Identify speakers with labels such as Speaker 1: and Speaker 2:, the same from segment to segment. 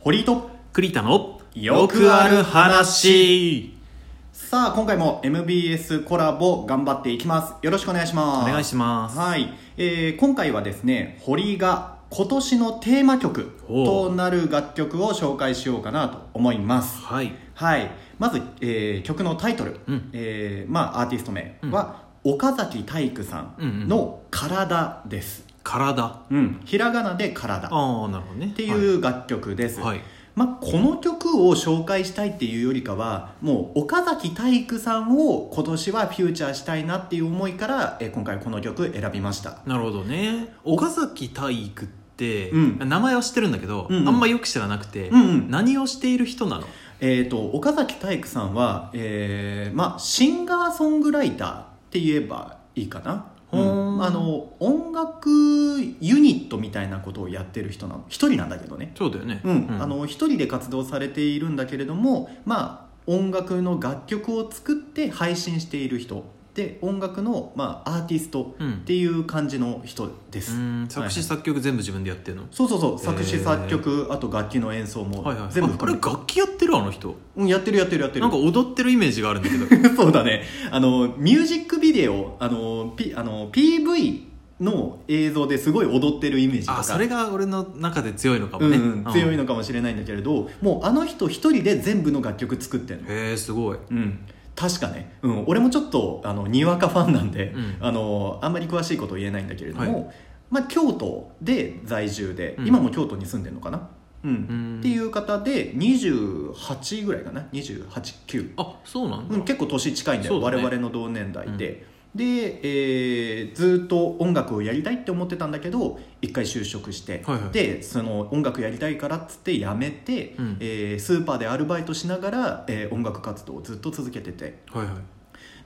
Speaker 1: 堀井と
Speaker 2: 栗田の
Speaker 1: よくある
Speaker 2: 話
Speaker 1: さあ今回も MBS コラボ頑張っていきますよろしくお願いし
Speaker 2: お
Speaker 1: ます
Speaker 2: 願いします
Speaker 1: はい、えー今回はですね堀井が今年のテーマ曲
Speaker 2: お
Speaker 1: となる楽曲を紹介しようかなと思います
Speaker 2: はい
Speaker 1: はいまず、えー曲のタイトル、
Speaker 2: うん
Speaker 1: えーまあ、アーティスト名は、岡崎体育さんの「体」です、
Speaker 2: 体あ
Speaker 1: うん、ひらがなで「体」
Speaker 2: あなるほどねっ
Speaker 1: っていう楽曲です、
Speaker 2: はい
Speaker 1: まあ、この曲を紹介したいっていうよりかはもう岡崎体育さんを今年はフューチャーしたいなっていう思いから、えー今回この曲選びました
Speaker 2: なるほどね岡崎体育って、
Speaker 1: うん
Speaker 2: 名前は知ってるんだけど、
Speaker 1: うんうん
Speaker 2: あんまよく知らなくて、
Speaker 1: うんうん
Speaker 2: 何をしている人なの
Speaker 1: えー、と岡崎体育さんは、えーまあ、シンガーソングライターって言えばいいかな、
Speaker 2: ほー
Speaker 1: うんあの音楽ユニットみたいなことをやってる人なの一人なんだけどね
Speaker 2: そうだよね
Speaker 1: うんあの一人で活動されているんだけれども、まあ、音楽の楽曲を作って配信している人で音楽の、まあ、アーティスト
Speaker 2: うん
Speaker 1: っていう感じの人です、
Speaker 2: うん作詞
Speaker 1: はい
Speaker 2: 作曲全部自分でやってるの、
Speaker 1: そうそうそう作詞
Speaker 2: へー
Speaker 1: 作曲あと楽器の演奏も
Speaker 2: はいはい
Speaker 1: 全部
Speaker 2: あこれ
Speaker 1: 含めて、
Speaker 2: 楽器やってるあの人
Speaker 1: うん、やってるやってるやってる
Speaker 2: なんか踊ってるイメージがあるんだけど
Speaker 1: そうだねあのミュージックビデオあの、P、あの PV の映像ですごい踊ってるイメージとか
Speaker 2: あそれが俺の中で強いのかも
Speaker 1: うん
Speaker 2: ね、
Speaker 1: うん
Speaker 2: うん
Speaker 1: 強いのかもしれないんだけれどもうあの人一人で全部の楽曲作ってるの
Speaker 2: へえすごい
Speaker 1: うん、確かね、うん、俺もちょっとあのにわかファンなんで、
Speaker 2: うん
Speaker 1: あのあんまり詳しいこと言えないんだけれども、
Speaker 2: は
Speaker 1: まあ、京都で在住で、
Speaker 2: うん
Speaker 1: 今も京都に住んでるのかな、うん
Speaker 2: うん
Speaker 1: っていう方で28ぐらいかな289、
Speaker 2: あそうなんだ、
Speaker 1: うん、結構年近いんだよ
Speaker 2: そうだね
Speaker 1: 我々の同年代で。で、えーずっと音楽をやりたいって思ってたんだけど一回就職して、
Speaker 2: はいはい
Speaker 1: でその音楽やりたいからっつって辞めて、
Speaker 2: うん
Speaker 1: えースーパーでアルバイトしながら、えー音楽活動をずっと続けてて
Speaker 2: はいはい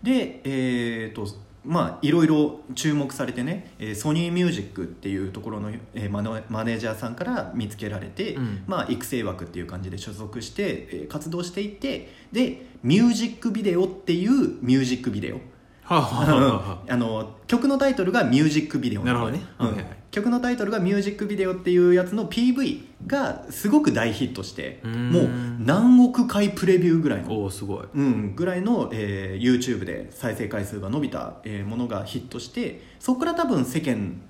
Speaker 1: でえーとまあいろいろ注目されてね、えーソニーミュージックっていうところの、えーマネマネージャーさんから見つけられて、
Speaker 2: うん
Speaker 1: まあ、育成枠っていう感じで所属して、えー活動していてでミュージックビデオっていうミュージックビデオ
Speaker 2: は あ、はあはあは あ
Speaker 1: あの曲のタイトルがミュージックビデオ
Speaker 2: なるほどね
Speaker 1: うん
Speaker 2: はいはいはい
Speaker 1: 曲のタイトルがミュージックビデオっていうやつの PV がすごく大ヒットして
Speaker 2: うーん
Speaker 1: もう何億回プレビューぐらいの、
Speaker 2: おおすごい
Speaker 1: うん、ぐらいの、えー YouTube で再生回数が伸びた、えーものがヒットしてそこから多分世間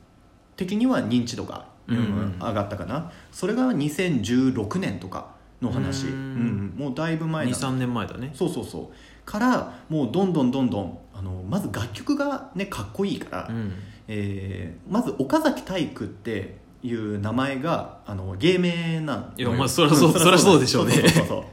Speaker 1: 的には認知度が、うん
Speaker 2: うん
Speaker 1: 上がったかなそれが2016年とかの話
Speaker 2: うーん
Speaker 1: うんもうだいぶ前なんだけど
Speaker 2: 23年前だね
Speaker 1: そうそうそうからもうどんどんどんどんあのまず楽曲がねかっこいいから、
Speaker 2: うん
Speaker 1: えーまず岡崎体育っていう名前があの芸名なん
Speaker 2: いやまあそりゃそうそりゃそうでしょうね
Speaker 1: そうそうそうそう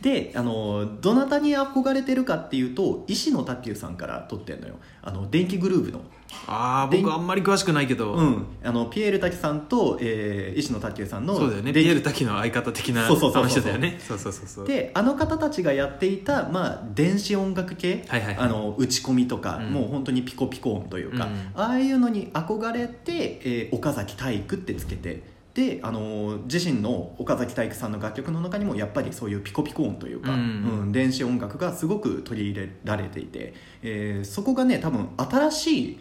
Speaker 1: であのどなたに憧れてるかっていうと石野卓球さんから取ってんのよあの電気グルーヴの
Speaker 2: ああ
Speaker 1: で
Speaker 2: 僕あんまり詳しくないけど、
Speaker 1: うんあのピエール滝さんと、えー、石野卓球さんの
Speaker 2: そうだよね
Speaker 1: 電気
Speaker 2: ピエール滝の相方的なあ
Speaker 1: そうそうそうそう
Speaker 2: の人だよねそうそうそうそう
Speaker 1: であの方たちがやっていた、まあ、電子音楽系、
Speaker 2: はいはいはい
Speaker 1: あの打ち込みとか、
Speaker 2: うん
Speaker 1: もう本当にピコピコ音というか、
Speaker 2: うん
Speaker 1: ああいうのに憧れて、えー岡崎体育ってつけてで、あのー自身の岡崎体育さんの楽曲の中にもやっぱりそういうピコピコ音というか、
Speaker 2: うん
Speaker 1: うん電子音楽がすごく取り入れられていて、えーそこがね多分新しい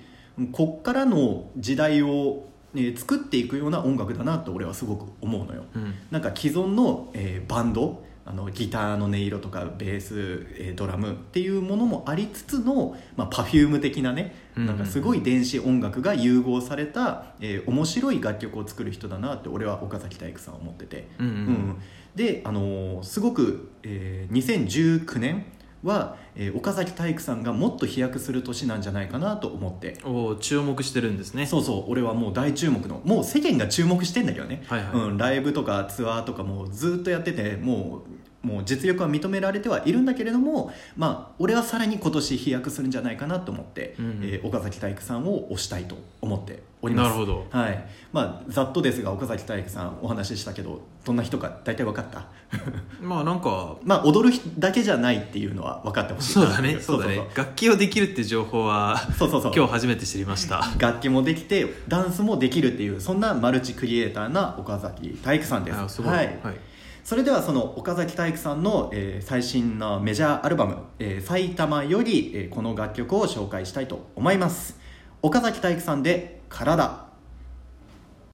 Speaker 1: こっからの時代を、えー作っていくような音楽だなと俺はすごく思うのよ。
Speaker 2: うん
Speaker 1: なんか既存の、えーバンドあのギターの音色とかベース、えードラムっていうものもありつつの、まあ、パフューム的なね
Speaker 2: うん
Speaker 1: なんかすごい電子音楽が融合された、えー面白い楽曲を作る人だなって俺は岡崎体育さんは思ってて、
Speaker 2: うんう
Speaker 1: うん
Speaker 2: ん
Speaker 1: で、あのーすごく、えー2019年は、えー岡崎体育さんがもっと飛躍する年なんじゃないかなと思って
Speaker 2: おお注目してるんですね
Speaker 1: そうそう俺はもう大注目のもう世間が注目してんだけどね、
Speaker 2: はいはい
Speaker 1: うん、ライブとかツアーとかもうずっとやっててもうもう実力は認められてはいるんだけれども、まあ、俺はさらに今年飛躍するんじゃないかなと思って、
Speaker 2: うんうん
Speaker 1: えー岡崎体育さんを推したいと思っております
Speaker 2: なるほど
Speaker 1: はいまあ、ざっとですが岡崎体育さんお話ししたけどどんな人か大体分かった
Speaker 2: まあなんか
Speaker 1: まあ踊る人だけじゃないっていうのは分かってほしい
Speaker 2: そう
Speaker 1: な
Speaker 2: だねそうだね楽器をできるって情報は
Speaker 1: そうそうそう
Speaker 2: 今日初めて知りました
Speaker 1: 楽器もできてダンスもできるっていうそんなマルチクリエイターな岡崎体育さんです
Speaker 2: あすごい
Speaker 1: は
Speaker 2: はいい
Speaker 1: それではその岡崎体育さんの、えー最新なメジャーアルバム「えー埼玉」より、えーこの楽曲を紹介したいと思います岡崎体育さんで「体」